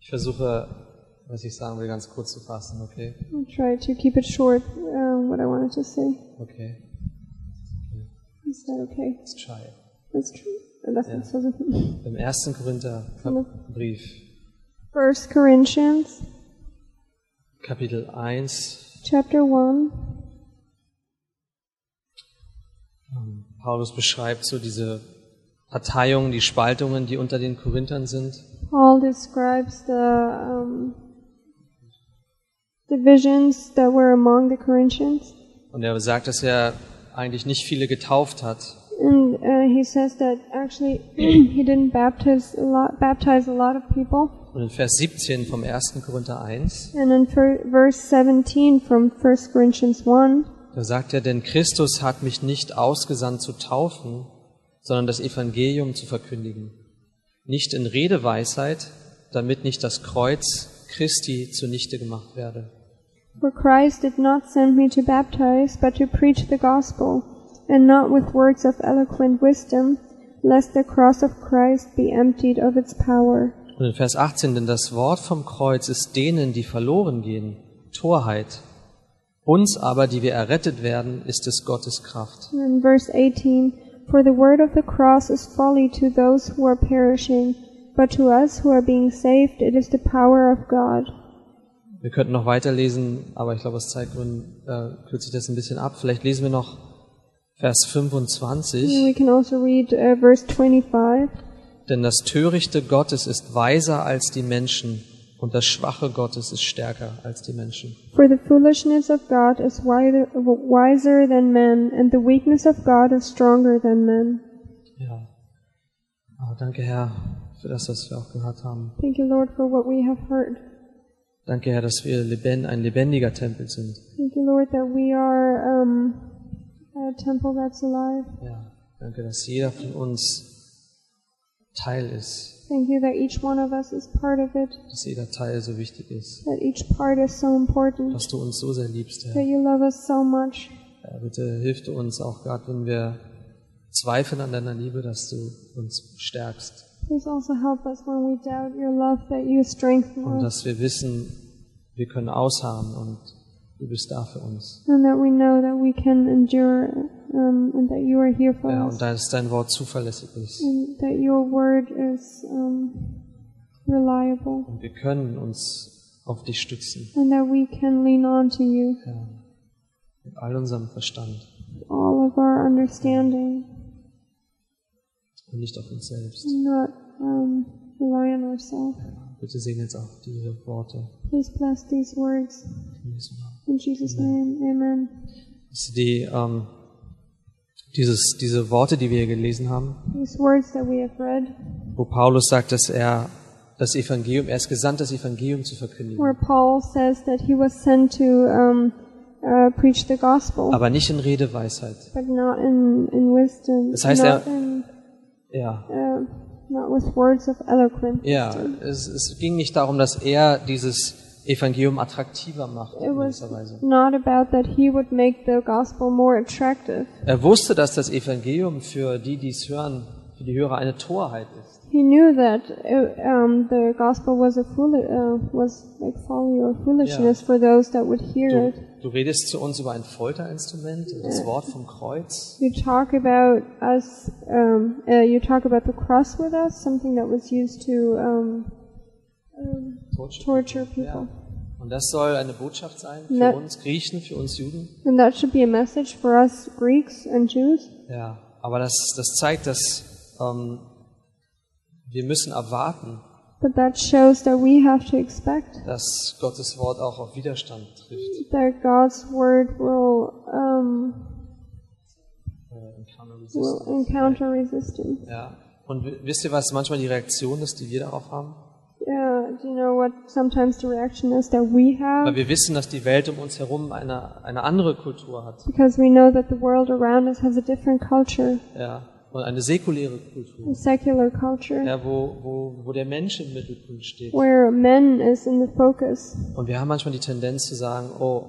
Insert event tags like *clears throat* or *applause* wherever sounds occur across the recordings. Ich versuche, was ich sagen will, ganz kurz zu fassen, okay? I'll try to keep it short, um, what I wanted to say. Okay, Is that okay? let's try it. That's true. Lass Ja. uns versuchen. Im 1. Korintherbrief, First Corinthians Kapitel 1, chapter 1. ähm, Paulus beschreibt so diese Parteiungen, die Spaltungen, die unter den Korinthern sind. Paul describes the um, divisions that were among the Corinthians, Und er sagt, dass er eigentlich nicht viele getauft hat, and uh, he says that actually *clears throat* he didn't baptize a lot, baptize a lot of people. Und in Vers 17 vom 1. Korinther 1, And in ver- verse 17 from 1 Corinthians 1, da sagt er, denn Christus hat mich nicht ausgesandt zu taufen, sondern das Evangelium zu verkündigen. Nicht in Redeweisheit, damit nicht das Kreuz Christi zunichte gemacht werde. For Christ did not send me to baptize, but to preach the gospel, and not with words of eloquent wisdom, lest the cross of Christ be emptied of its power. Und in Vers 18, denn das Wort vom Kreuz ist denen, die verloren gehen, Torheit. Uns aber, die wir errettet werden, ist es Gottes Kraft. And in verse 18, For the word of the cross is folly to those who are perishing, but to us who are being saved it is the power of God. Wir könnten noch weiterlesen, aber ich glaube, aus Zeitgründen äh, kürze ich das ein bisschen ab. Vielleicht lesen wir noch Vers 25. And we can also read uh, verse 25. Denn das Törichte Gottes ist weiser als die Menschen und das Schwache Gottes ist stärker als die Menschen. For the foolishness of God is wider, wiser than men, and the weakness of God is stronger than men. Ja. Ah, danke, Herr, für das, was wir auch gehört haben. Thank you, Lord, for what we have heard. Danke, Herr, dass wir leben, ein lebendiger Tempel sind. Thank you, Lord, that we are um, a temple that's alive. Ja. Danke, dass jeder von uns Teil ist, Thank you that each one of us is part of it, dass jeder Teil so wichtig ist, that each part is so important, dass du uns so sehr liebst, that Herr. you love us so much. Ja, bitte hilf du uns auch gerade, wenn wir zweifeln an deiner Liebe, dass du uns stärkst. Please also help us when we doubt your love, that you strengthen und us, dass wir wissen, wir können ausharren und du bist da für uns. and that we know that we can endure, um, and that you are here for Ja, us, und dass dein Wort zuverlässig ist. and that your word is um, reliable, Und wir können uns auf dich stützen, and that we can lean on to you Herr, mit all unserem Verstand with all of our understanding. und nicht auf uns selbst. not um, rely on ourselves. Bitte segne jetzt auch diese Worte Please bless these words. in diesem Namen. In Jesus' name, amen. Dass du die, ähm, dieses, diese Worte, die wir hier gelesen haben, These words that we have read, wo Paulus sagt, dass er das Evangelium, er ist gesandt, das Evangelium zu verkündigen, where Paul says that he was sent to um, uh, preach the gospel, aber nicht in Redeweisheit. but not in, in wisdom, Das heißt, not, er- in, Ja, uh, not with words of eloquence. Ja, es, es ging nicht darum, dass er dieses Evangelium attraktiver macht It in was gewisser Weise. not about that he would make the gospel more attractive. Er wusste, dass das Evangelium für die, die es hören, für die Hörer eine Torheit ist. He knew that uh um, the gospel was a fooli- uh, was like folly or foolishness for those that would hear Du, it. du redest zu uns über ein Folterinstrument, über das Wort vom Kreuz. You talk about us. Um, uh, you talk about the cross with us, something that was used to um, torture Ja. people, Und das soll eine Botschaft sein für Ne- uns Griechen, für uns Juden. and that should be a message for us Greeks and Jews. Ja, aber das, das zeigt, dass ähm, wir müssen erwarten, But that shows that we have to expect dass Gottes Wort auch auf Widerstand trifft. that God's word will um, Äh, encounter will resistance. encounter resistance. Ja. Und w- wisst ihr, was manchmal die Reaktion ist, die wir darauf haben? Yeah, Uh, do you know what? Sometimes the reaction is that we Weil have wir wissen, dass die Welt um uns herum eine, eine andere Kultur hat. because we know that the world around us has a different culture, Ja. Und eine säkuläre Kultur. a secular culture, Ja, wo, wo, wo der Mensch im Mittelpunkt steht. where men is in the focus. Und wir haben manchmal die Tendenz zu sagen, oh,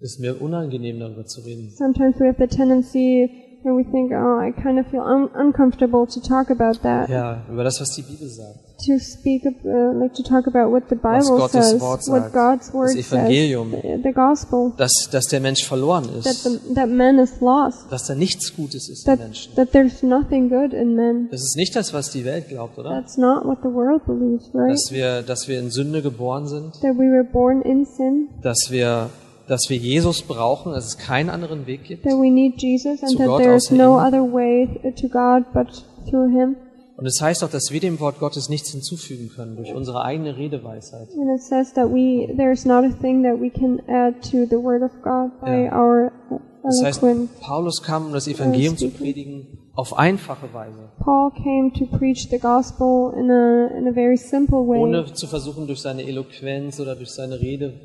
ist mir unangenehm darüber zu reden. Sometimes we have the tendency and we think, oh, I kind of feel un- uncomfortable to talk about that, ja, über das, was die Bibel sagt, to speak, ab- uh, like to talk about what the Was Bible Gottes says, Wort sagt, what God's das word Evangelium. says, the- the gospel, dass, dass der Mensch verloren that ist, the, that man is lost, dass da nichts Gutes ist im that Menschen. that there's nothing good in men. Das ist nicht das, was die Welt glaubt, oder? That's not what the world believes, right? Dass wir, dass wir in Sünde geboren sind, that we were born in sin, dass wir, dass wir Jesus brauchen, dass es keinen anderen Weg gibt that we need Jesus, Zu and that Gott there is außer no ihm. other way to God but through Him. Und es heißt auch, dass wir dem Wort Gottes nichts hinzufügen können durch unsere eigene Redeweisheit. And it says that we there is not a thing that we can add to the Word of God by Ja. our Das heißt, eloquent. Paulus kam, um das Evangelium zu predigen, auf einfache Weise, Paul came to preach the gospel in a in a very simple way, ohne zu versuchen, durch seine Eloquenz oder durch seine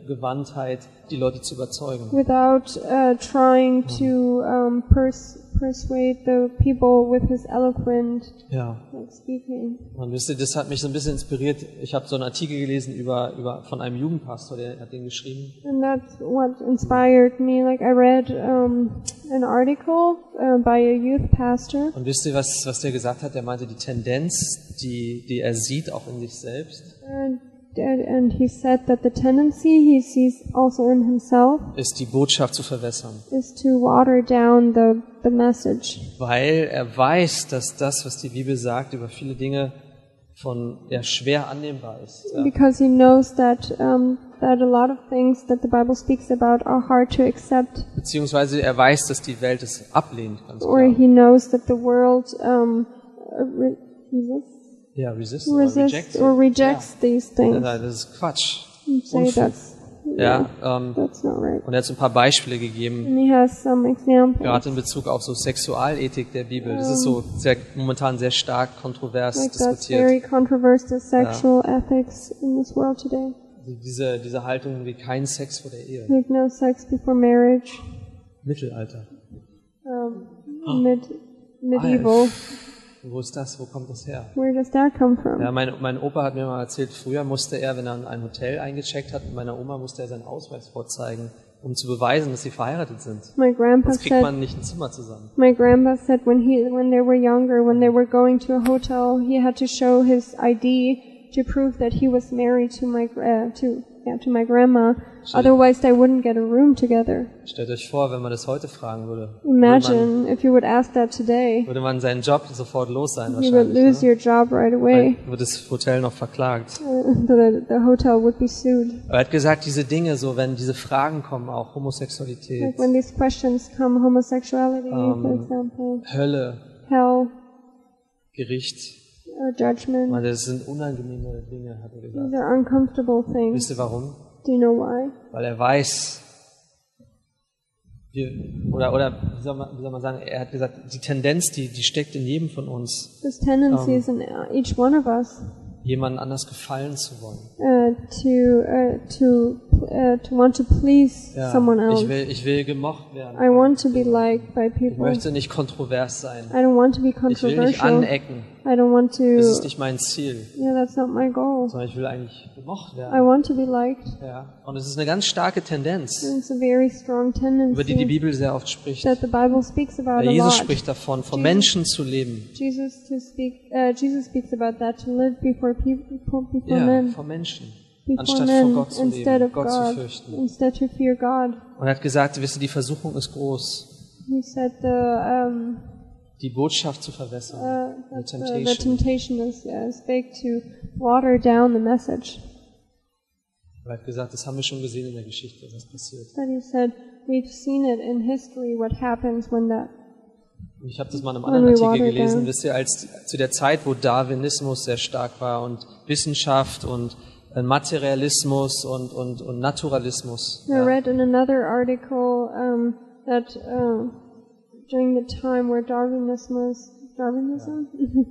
Redegewandtheit die Leute zu überzeugen. without uh, trying to um, pers- persuade the people with his eloquent Ja, like, speaking. und wisst ihr, das hat mich so ein bisschen inspiriert. Ich habe so einen Artikel gelesen über, über, von einem Jugendpastor, der hat den geschrieben. And that's what inspired me. Like I read um, an article uh, by a youth pastor, Und wisst ihr, was, was der gesagt hat? Der meinte, die Tendenz, die, die er sieht, auch in sich selbst, and, and and he said that the tendency he sees also in himself ist, die Botschaft zu verwässern. is to water down the the message weil er weiß, dass das, was die Bibel sagt, über viele Dinge von ja, schwer annehmbar ist. Ja. because he knows that um, that a lot of things that the Bible speaks about are hard to accept, Beziehungsweise er weiß, dass die Welt es ablehnt, ganz or klar. he knows that the world um, uh, re- resists, Ja, resist oder resists reject. or rejects these Ja, things. nein, das ist Quatsch. And say that's Ja, ähm, that's not right. und er hat so ein paar Beispiele gegeben, And he has some examples, gerade in Bezug auf so Sexualethik der Bibel. Das ist so sehr, momentan sehr stark kontrovers like that's diskutiert. very controversial sexual ethics in this world today. Diese, diese Haltung wie kein Sex vor der Ehe. Like no sex before marriage, Mittelalter. um, mid, medieval. Wo ist das? Wo kommt das her? Where does that come from? Ja, mein, mein Opa hat mir mal erzählt, früher musste er, wenn er in ein Hotel eingecheckt hat, mit meiner Oma musste er seinen Ausweis vorzeigen, um zu beweisen, dass sie verheiratet sind. My grandpa Sonst kriegt said. man nicht ein Zimmer zusammen. My grandpa said when he when they were younger, when they were going to a hotel, he had to show his ID to prove that he was married to my gr- uh, to yeah, to my grandma. Otherwise, they wouldn't get a room together. Stellt euch vor, wenn man das heute fragen würde, würde man, Imagine if you would ask that today. würde man seinen Job sofort los sein You would wahrscheinlich. lose Ne? your job right away. Uh, Weil Wird das Hotel noch verklagt. the, the hotel would be sued. Er hat gesagt, diese Dinge so, wenn diese Fragen kommen, auch Homosexualität, Like when these questions come, homosexuality, for Um, example, Hölle, hell, Gericht, uh, judgment. man, das sind unangenehme Dinge, hat er gesagt. These are uncomfortable Wisst things. ihr warum? Do you know why? weil er weiß, wir, oder, oder wie, soll man, wie soll man sagen, er hat gesagt, die Tendenz, die, die steckt in jedem von uns, This tendency is in uh, each one of us jemanden anders gefallen zu wollen. uh, to uh, to uh, to want to please Ja, someone else. ich, will, ich will gemocht werden. I want to be liked by Ich people. möchte nicht kontrovers sein. I don't want to be Ich will nicht controversial. anecken. I don't want Das ist to. nicht mein Ziel, Yeah, that's not my goal. sondern ich will eigentlich gemocht I werden. want to be liked. Ja. Und es ist eine ganz starke Tendenz, It's a very strong über die die tendency Bibel sehr oft spricht. that the Bible speaks Ja, about a Jesus lot. spricht davon, vom Jesus- Menschen zu leben. Jesus to speak. Uh, Jesus speaks about that to live before people, before Ja, men, vom Menschen. before Anstatt vor men, Gott zu instead leben, of Gott zu God, fürchten. instead to fear God. Und er hat gesagt, wisst ihr, die Versuchung ist groß, He said the um, die Botschaft zu uh, verwässern. the that the, the äh, temptation. temptation is uh, is big to water down the message. Er hat gesagt, das haben wir schon gesehen in der Geschichte, was passiert. But he said we've seen it in history what happens when that. Und ich habe das mal in einem When anderen we Artikel water gelesen, down. wisst ihr, als zu der Zeit, wo Darwinismus sehr stark war und Wissenschaft und äh, Materialismus und, und, und Naturalismus. I Ja. read in another article um, that uh, during the time where Darwinism was Darwinism.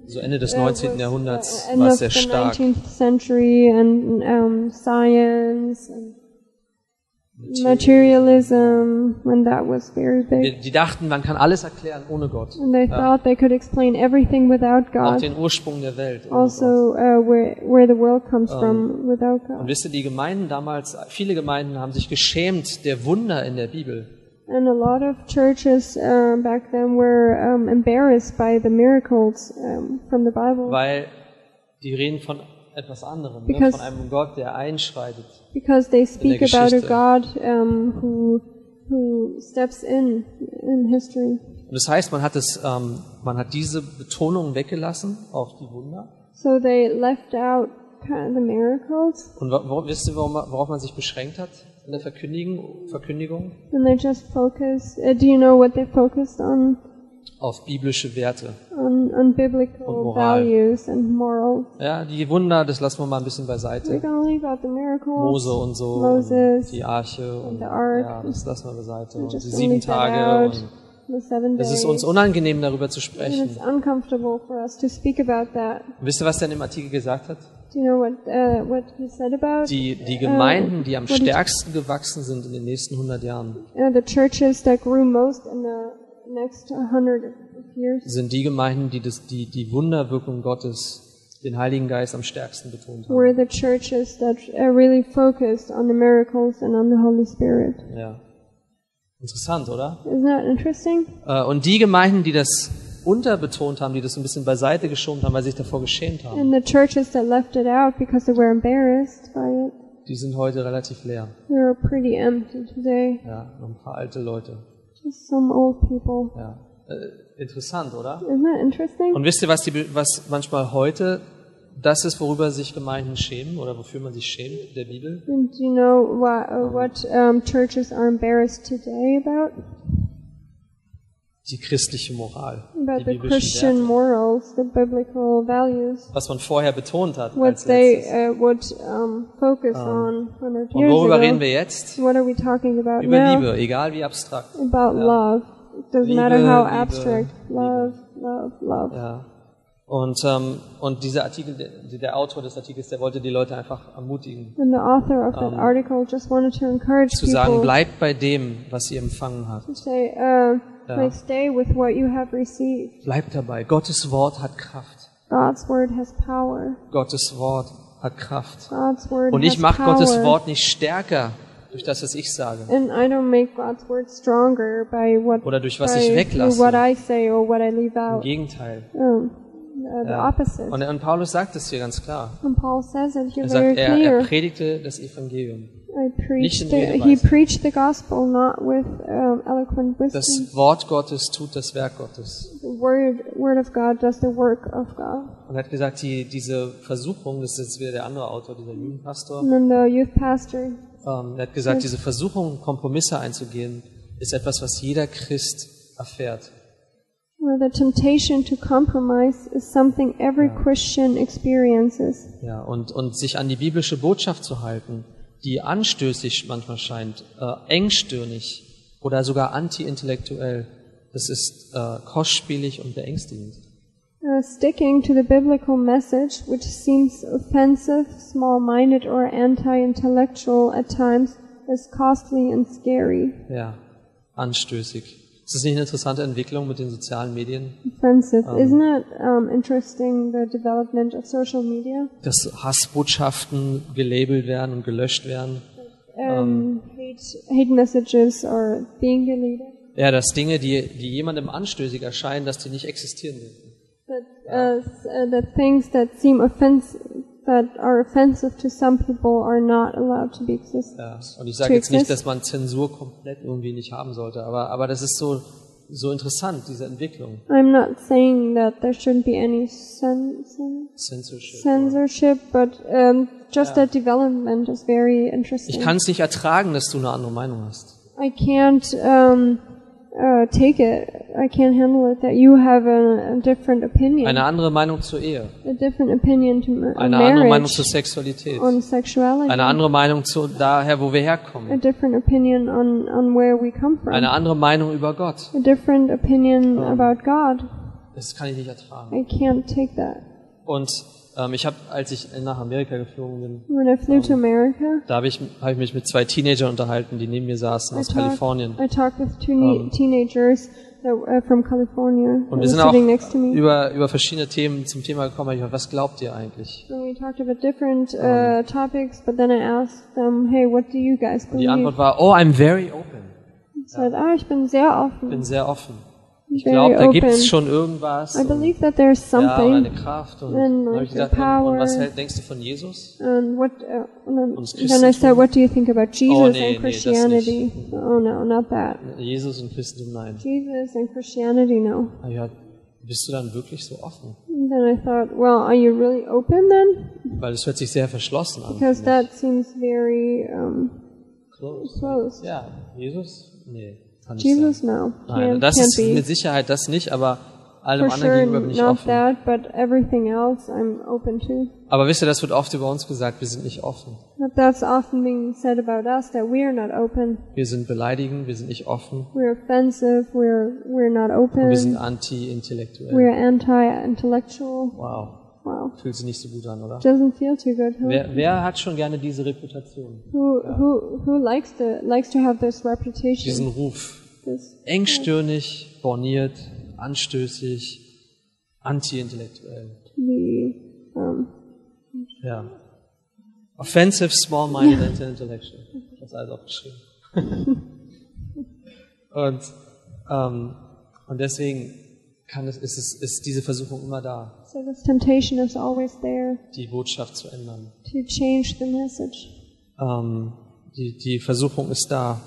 So Ende des Uh, 19. was, Jahrhunderts uh, end war es of sehr the stark. 19th century and um, science and materialism when that was very big. Die die dachten, man kann alles erklären ohne Gott. And they thought they could explain everything without Auch God. den Ursprung der Welt. Ohne Gott. Also Um, uh, where where the world comes from without Und God. wisst ihr, die Gemeinden damals, viele Gemeinden haben sich geschämt der Wunder in der Bibel. And a lot of churches uh, back then were um, embarrassed by the miracles um, from the Bible weil die reden von etwas anderem, ne? Because- von einem Gott, der einschreitet. because they uh, speak about a Geschichte. God um, who who steps in in history. Und das heißt, man hat, es, ähm, man hat diese Betonung weggelassen auf die Wunder. So they left out kind of the miracles, Und wa- warum, wisst ihr, warum, worauf man sich beschränkt hat in der Verkündigung? Verkündigung? and they just focused. Uh, do you know what they focused on? Auf biblische Werte. On, on biblical Und Moral. values and morals. Ja, die Wunder, das lassen wir mal ein bisschen We're beiseite. gonna leave out the miracles. Mose und so, Moses und die Arche und the Ark. ja, das lassen wir beiseite. We're Und die just sieben gonna leave that Tage. out. Und the seven es days. ist uns unangenehm, darüber zu and it's sprechen. uncomfortable for us to speak about that. Wisst ihr, was er in dem Artikel gesagt hat? Do you know what uh, what he said about Die, die Gemeinden, die am What did- stärksten gewachsen sind in den nächsten 100 Jahren, uh, the churches that grew most in the next hundred years? sind die Gemeinden, die das, die, die Wunderwirkung Gottes, den Heiligen Geist am stärksten betont haben. Were the churches that uh, really focused on the miracles and on the Holy Spirit? Ja. Interessant, oder? Isn't that interesting? Äh, Und die Gemeinden, die das unterbetont haben, die das ein bisschen beiseite geschoben haben, weil sie sich davor geschämt haben, And the churches that left it out because they were embarrassed by it, die sind heute relativ leer. they're pretty empty today. Ja, noch ein paar alte Leute. Just some old people. Ja. Äh, Interessant, oder? Isn't that interesting? Und wisst ihr, was, die, Bi- was manchmal heute das ist, worüber sich Gemeinden schämen oder wofür man sich schämt in der Bibel? And do you know what, uh, what um, churches are embarrassed today about? Die christliche Moral, die About the biblischen Christian Werte. morals, the biblical values, Was man vorher betont hat what als they letztes. uh, would um, focus on 100 Und years worüber reden ago. wir jetzt? What are we talking about Über now? Liebe, egal wie abstrakt. About Ja. love. It doesn't Liebe, matter how Liebe, abstract. Liebe. Love, love, love. Ja. Und, ähm, und dieser Artikel, der, der Autor des Artikels, der wollte die Leute einfach ermutigen, And the author of that article just wanted to encourage Um, zu sagen, people bleibt bei dem, was ihr empfangen habt. to say, uh, Ja. like, stay with what you have received. Bleibt dabei. Gottes Wort hat Kraft. God's word has power. Gottes Wort hat Kraft. God's word Und has ich mache power. Gottes Wort nicht stärker durch das, was ich sage. And I don't make God's word stronger by what Oder durch by was ich weglasse. through what I say or what I leave Im out. Gegenteil. Um, uh, the Ja. opposite. äh, Und, und Paulus sagt es hier ganz klar. And Paul says it here Er very sagt, er, er clear. predigte das Evangelium. I nicht in preached the, Redeweise. he preached the gospel not with um, eloquent wisdom. Das Wort Gottes tut das Werk Gottes. The word word of God does the work of God. Und er hat gesagt, die, diese Versuchung, das ist jetzt wieder der andere Autor, dieser Jugendpastor, And then the youth pastor Ähm, er hat gesagt, diese Versuchung, Kompromisse einzugehen, ist etwas, was jeder Christ erfährt. well, the temptation to compromise is something every Christian experiences. Ja, und, und sich an die biblische Botschaft zu halten, die anstößig manchmal scheint, äh, engstirnig oder sogar antiintellektuell, das ist äh, kostspielig und beängstigend. Uh, sticking to the biblical message, which seems offensive, small-minded, or anti-intellectual at times, is costly and scary. Ja, anstößig. Ist das nicht eine interessante Entwicklung mit den sozialen Medien, offensive. Isn't it um, interesting the development of social media? dass Hassbotschaften gelabelt werden und gelöscht werden? Um, hate, hate messages are being deleted. Ja, dass Dinge, die, die jemandem anstößig erscheinen, dass die nicht existieren dürfen. That uh, s- uh, that things that seem offensive, that are offensive to some people, are not allowed to be exist. Ja, und ich sage jetzt Texas. nicht, dass man Zensur komplett irgendwie nicht haben sollte, aber, aber das ist so, so interessant, diese Entwicklung. I'm not saying that there shouldn't be any cen- cen- Censorship. censorship, but um, just that development is very Ich interesting. kann es nicht ertragen, dass du eine andere Meinung hast. I can't um, uh, take it. I can't handle it that you have a, a different opinion, Eine andere Meinung zur Ehe, a different opinion to ma- eine andere Meinung marriage, zur Sexualität, on sexuality, eine andere Meinung zu daher, wo wir a herkommen, different opinion on, on where we come from, eine Oh. andere Meinung über Gott. a different opinion about God. Das kann ich nicht ertragen. I can't take that. Und ähm, ich habe, als ich nach Amerika geflogen bin, When I flew to Oh. America, da habe ich, hab ich mich mit zwei Teenagern unterhalten, die neben mir saßen I aus talked, Kalifornien. Um. I talked with two ne- teenagers that, uh, from California that Und were wir sind auch sitting next to me. über, über verschiedene Themen zum Thema gekommen. Ich meine, was glaubt ihr eigentlich? And we talked about different Um, uh, topics, but then I asked them, "Hey, what do you guys Die believe?" Antwort war, oh, I'm very open. said, ah, ich bin sehr Ich bin offen. sehr offen. Ich Very glaube, da gibt open. es schon irgendwas. I und- believe that there's Ja, und eine something. Kraft. Und, Then dann hab ich gedacht, like the power. und was hält, denkst du von Jesus? And what? Uh, and then, Ums then I said, Christentum. what do you think about Jesus Oh, nee, nee, and das nicht. Christianity? oh no, not that. Jesus und Christentum, nein. Jesus and Christianity, no. Ah Ja, bist du dann wirklich so offen? And then I thought, well, are you really open then? Weil es hört sich sehr verschlossen an. Because finde that seems very um, ich. Close. closed. Ja, Jesus? Nee, kann nicht Jesus, sein. no, Nein, can't, das can't ist be. mit Sicherheit das nicht, aber allem For anderen sure, gegenüber bin ich not offen. that, but everything else I'm open to. Aber wisst ihr, das wird oft über uns gesagt, wir sind nicht offen. But that's often being said about us that we are not open. Wir sind beleidigend, wir sind nicht offen, We're offensive. We're we're not und wir sind open. anti-intellektuell. We're anti-intellectual. Wow, Wow, fühlt sich nicht so gut an, oder? doesn't feel too good. Huh? Wer, wer hat schon gerne diese Reputation, Who who who likes to likes to have this diesen reputation? Ruf? This Engstirnig, borniert, anstößig, anti-intellektuell. the um, Ja. Offensive, small-minded, anti-intellectual. Ich hab's alles aufgeschrieben. *laughs* und, ähm, und deswegen kann es, ist, es, ist diese Versuchung immer da, so this temptation is always there die Botschaft zu ändern. to change the message. Ähm, die, die Versuchung ist da,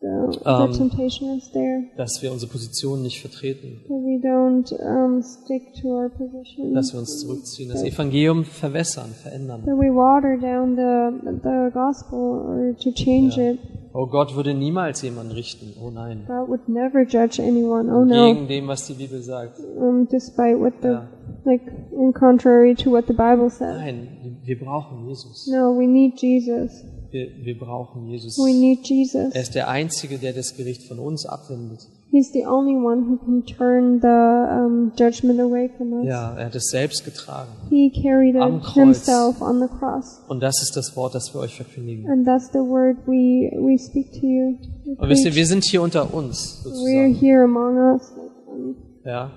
The, Um, the temptation is there dass wir unsere Position nicht vertreten, that we don't um, stick to our position. dass wir uns zurückziehen, das Evangelium verwässern, verändern. that we water down the the gospel or to change it. Oh Gott würde niemals jemanden richten. Oh nein. God would never judge anyone. Oh no, Gegen dem, was die Bibel sagt. um, despite what the Ja. like, in contrary to what the Bible says. Nein, wir brauchen Jesus. No, we need Jesus. Wir, wir brauchen Jesus. We need Er Jesus. ist der Einzige, der das Gericht von uns abwendet. He's the only one who can turn the um, judgment away from us. Ja, er hat es selbst getragen. He carried Am it Kreuz. himself on the cross, Und das ist das Wort, das wir euch verkündigen. and that's the word we we speak to you. We Und wisst ihr, preach. wir sind hier unter uns We're sozusagen. here among us. Um, Ja.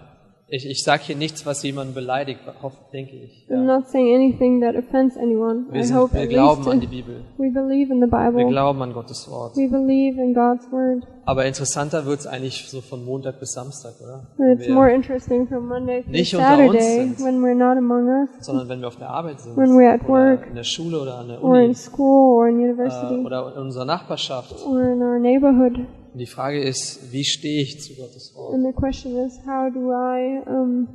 Ich, ich sage hier nichts, was jemanden beleidigt, hoff- denke ich. I'm Ja. not saying anything that offends anyone. Wir, I sind, hope wir at glauben an least die Bibel. we believe in the Wir Bible. glauben an Gottes Wort. We believe in God's word. Aber interessanter wird's eigentlich so von Montag bis Samstag, oder? But it's Wenn wir- more interesting from Monday through Nicht unter uns Saturday sind. when we're not among us, sondern wenn wir auf der Arbeit sind, When we're at oder work. in der Schule oder an der or in Uni school, or in äh, university, oder in unserer Nachbarschaft. or in our neighborhood. Und die Frage ist, wie stehe ich zu Gottes Wort? And the question is, how do I, um,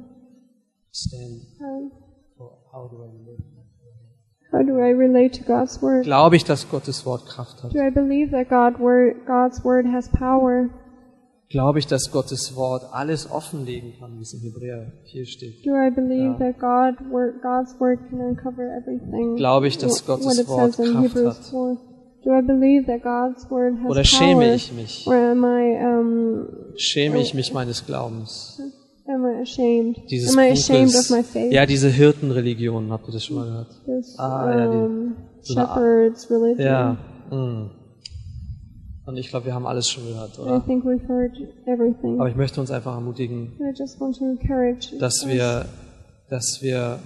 Stand how, for- how do I live? how do I relate to God's word? Glaube ich, dass Gottes Wort Kraft hat? Do I believe that God word, God's word has power? Glaube ich, dass Gottes Wort alles offenlegen kann, wie es im Hebräer 4 steht? Do I believe that God word, God's word can uncover everything? Glaube ich, dass wh- Gottes what it Wort says in Kraft Hebrews hat? 4. Do I believe that God's word has Oder power? schäme ich mich? Or am I, um, Schäme ich mich meines Glaubens? am I ashamed? Dieses am I ashamed Buches- of my faith? Ja, diese Hirtenreligion, habt ihr das schon mal gehört? This, Ah, ja, die- um, so eine Art- shepherd's religion. Ja. mm. Und ich glaube, wir haben alles schon gehört, I oder? think we've heard everything. Aber ich möchte uns einfach ermutigen, I just want to encourage dass us wir, dass wir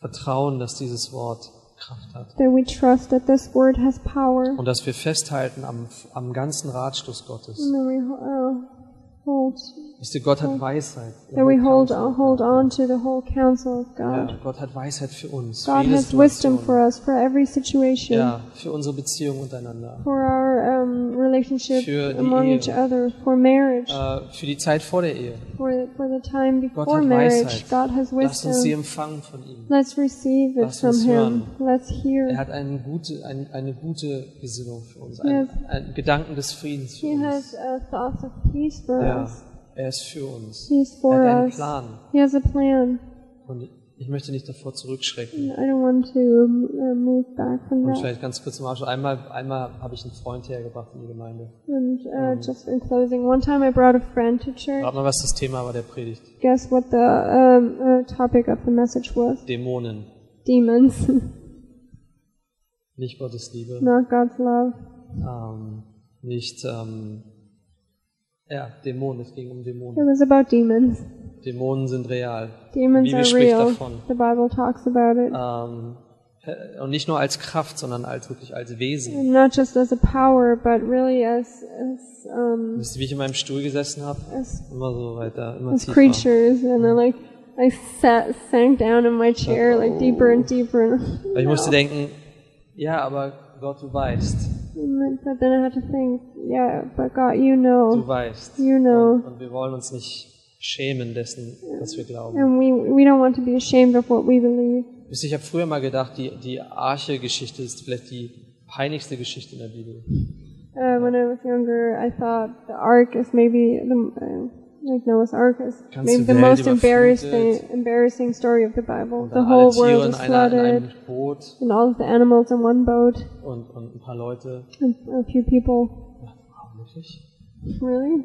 vertrauen, dass dieses Wort Kraft hat. that we trust that this word has power Und dass wir festhalten am, am ganzen Ratschluss Gottes. and that we ho- uh, hold Wisst ihr, Gott hat Weisheit. that we hold uh, hold on to the whole counsel of God. Ja, Gott hat Weisheit für uns. God für jede has wisdom Situation. for us for every situation, Ja, für unsere Beziehung untereinander. for our um, relationship Für die among Ehe. each other, for marriage, Äh, für die Zeit vor der Ehe. for for the time before hat marriage. Weisheit. God has Lasst wisdom. uns sie empfangen von ihm. Let's receive it Lass from uns Him. hören. Let's hear. Er hat eine gute, ein, eine gute Gesinnung für uns, Ja. ein, ein Gedanken des Friedens für he has uns. uh, thoughts of peace for Ja, us. er ist für uns. He's Er for hat einen us. Plan. He has a plan. Und ich möchte nicht davor zurückschrecken. I don't want to um, uh, move back from Und that. vielleicht ganz kurz zum Arsch. Einmal, einmal habe ich einen Freund hergebracht in die Gemeinde. And uh, just in closing, one time I brought a friend to church. Rat mal, was das Thema war der Predigt. Guess what the um, uh, topic of the message was? Dämonen. Demons, *laughs* Nicht Gottes Liebe. not God's love. Ähm, nicht, ähm, ja, Dämonen. Es ging um It Dämonen. was about demons. Dämonen sind real. Demons Bibel are spricht real. davon. The Bible talks about it. Ähm, äh, und nicht nur als Kraft, sondern als wirklich als Wesen. not just as a power, but really as as um, Wisst ihr, wie ich in meinem Stuhl gesessen habe? as, Immer so weiter, immer as tiefer. creatures. And I like I sat sank down in my chair like deeper and deeper. *laughs* And Weil ich musste denken, ja, aber Gott, du weißt. But then I had to think, yeah, but God, you know, Du weißt. You know. Und, und wir wollen uns nicht schämen dessen, was wir glauben. and we we don't want to be ashamed of what we believe. Wisst ihr, Ich habe früher mal gedacht, die, die Arche-Geschichte ist vielleicht die peinlichste Geschichte in der Bibel. Uh, when I was younger, I thought the Ark is maybe the uh, like Noah's Ark is Ganze maybe the Welt most überflutet. embarrassing embarrassing story of the Bible. Und The dann alle whole Tiere world in, is einer, in flooded, einem Boot and all of the animals in one boat, und, und ein paar Leute. and a few people. Wow, wirklich? Really?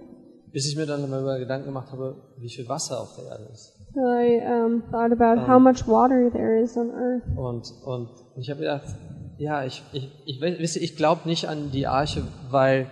Bis ich mir dann mal über Gedanken gemacht habe, wie viel Wasser auf der Erde ist. So I um, thought about how much water there is on Earth. Und, und ich habe gedacht, ja, ich, ich, ich, we- wisst ihr, ich glaube nicht an die Arche, weil,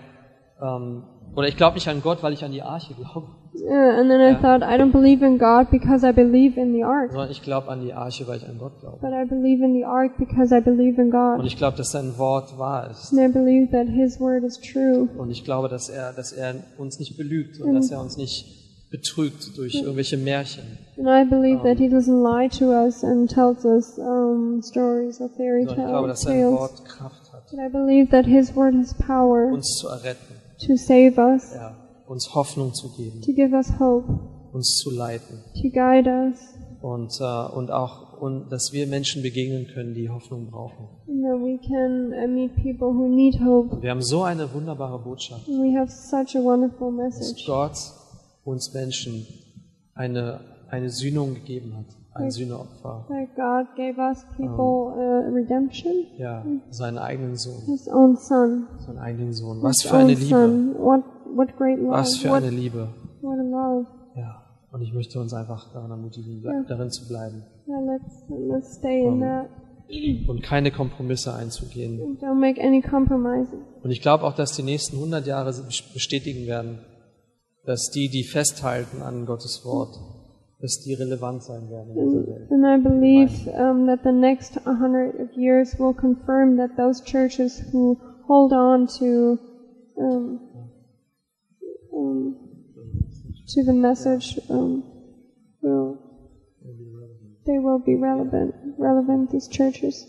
ähm, oder ich glaube nicht an Gott, weil ich an die Arche glaube, Yeah, and then I thought I don't believe in God because I believe in the *laughs* Ark, sondern ich glaube an die Arche, weil ich an Gott glaube. but I believe in the Ark because I believe in Und God, ich glaube, dass sein Wort wahr ist. and I believe that His word is true. Und ich glaube, dass er, dass er uns nicht belügt und dass er uns nicht betrügt durch irgendwelche Märchen, And I believe that he doesn't lie to us and tells us um, stories or fairy sondern ich glaube, tale, dass sein tales. Wort Kraft hat, But I believe that his word has power uns zu erretten, to save us, ja, uns Hoffnung zu geben, to give us hope, uns zu leiten to guide us, und, äh, und auch, und dass wir Menschen begegnen können, die Hoffnung brauchen. and that we can uh, meet people who need hope. Wir haben so eine wunderbare Botschaft, And we have such a wonderful dass message Gott uns Menschen eine, eine Sühnung gegeben hat, ein Sühneopfer, that God gave us Oh. people uh, redemption, ja, seinen eigenen Sohn, his own son, seinen eigenen Sohn. Was his für eine own Liebe, son. What, what great love, was für what, eine Liebe. what a love. Ja, und ich möchte uns einfach daran ermutigen, ble- Ja. darin zu bleiben Yeah, let's, let's stay Oh. in that. und keine Kompromisse einzugehen. Don't make any compromises. Und ich glaube auch, dass die nächsten 100 Jahre bestätigen werden, dass die, die festhalten an Gottes Wort, dass die relevant sein werden in dieser Welt. And I believe um, that the next 100 of years will confirm that those churches who hold on to um, um, to the message um, will they will be relevant relevant these churches.